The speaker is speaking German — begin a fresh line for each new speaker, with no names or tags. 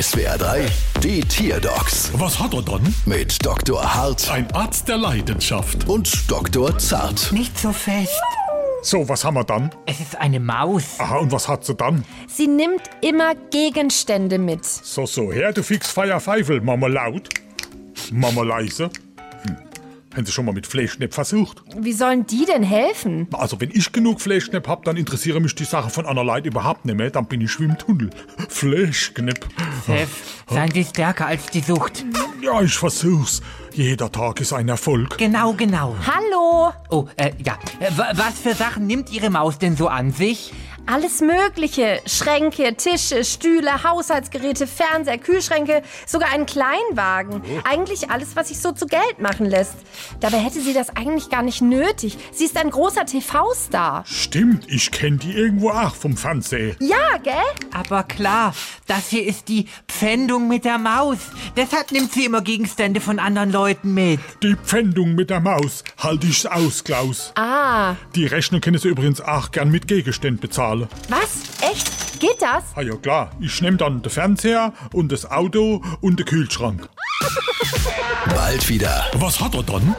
SWR 3, die Tierdocs
Was hat er dann?
mit Dr. Hart
Ein Arzt der Leidenschaft.
und Dr. Zart.
Nicht so fest.
So, was haben wir dann?
Es ist eine Maus.
Aha, und was hat sie dann?
Sie nimmt immer Gegenstände mit.
So, so, her, du fix Feierfeifel. Mama laut, Mama leise. Hm. Haben Sie schon mal mit Fleischknepp versucht?
Wie sollen die denn helfen?
Also, wenn ich genug Fleischknepp hab, dann interessiere mich die Sache von einer Leid überhaupt nicht mehr. Dann bin ich wie im Tunnel. Fleischknepp.
Chef, seien Sie stärker als die Sucht.
Ja, ich versuch's. Jeder Tag ist ein Erfolg.
Genau, genau.
Hallo,
Oh, äh, ja. Äh, wa- Was für Sachen nimmt Ihre Maus denn so an sich?
alles Mögliche. Schränke, Tische, Stühle, Haushaltsgeräte, Fernseher, Kühlschränke, sogar einen Kleinwagen. Eigentlich alles, was sich so zu Geld machen lässt. Dabei hätte sie das eigentlich gar nicht nötig. Sie ist ein großer TV-Star.
Stimmt, ich kenn die irgendwo auch vom Fernsehen.
Ja, gell?
Aber klar, das hier ist die Pfändung mit der Maus. Deshalb nimmt sie immer Gegenstände von anderen Leuten mit.
Die Pfändung mit der Maus. Halt ich's aus, Klaus.
Ah,
Die Rechnung können Sie übrigens auch gern mit Gegenständen bezahlen.
was? Echt? Geht das?
Ah ja klar, ich nehme dann den Fernseher und das Auto und den Kühlschrank.
Bald wieder.
Was hat er dann?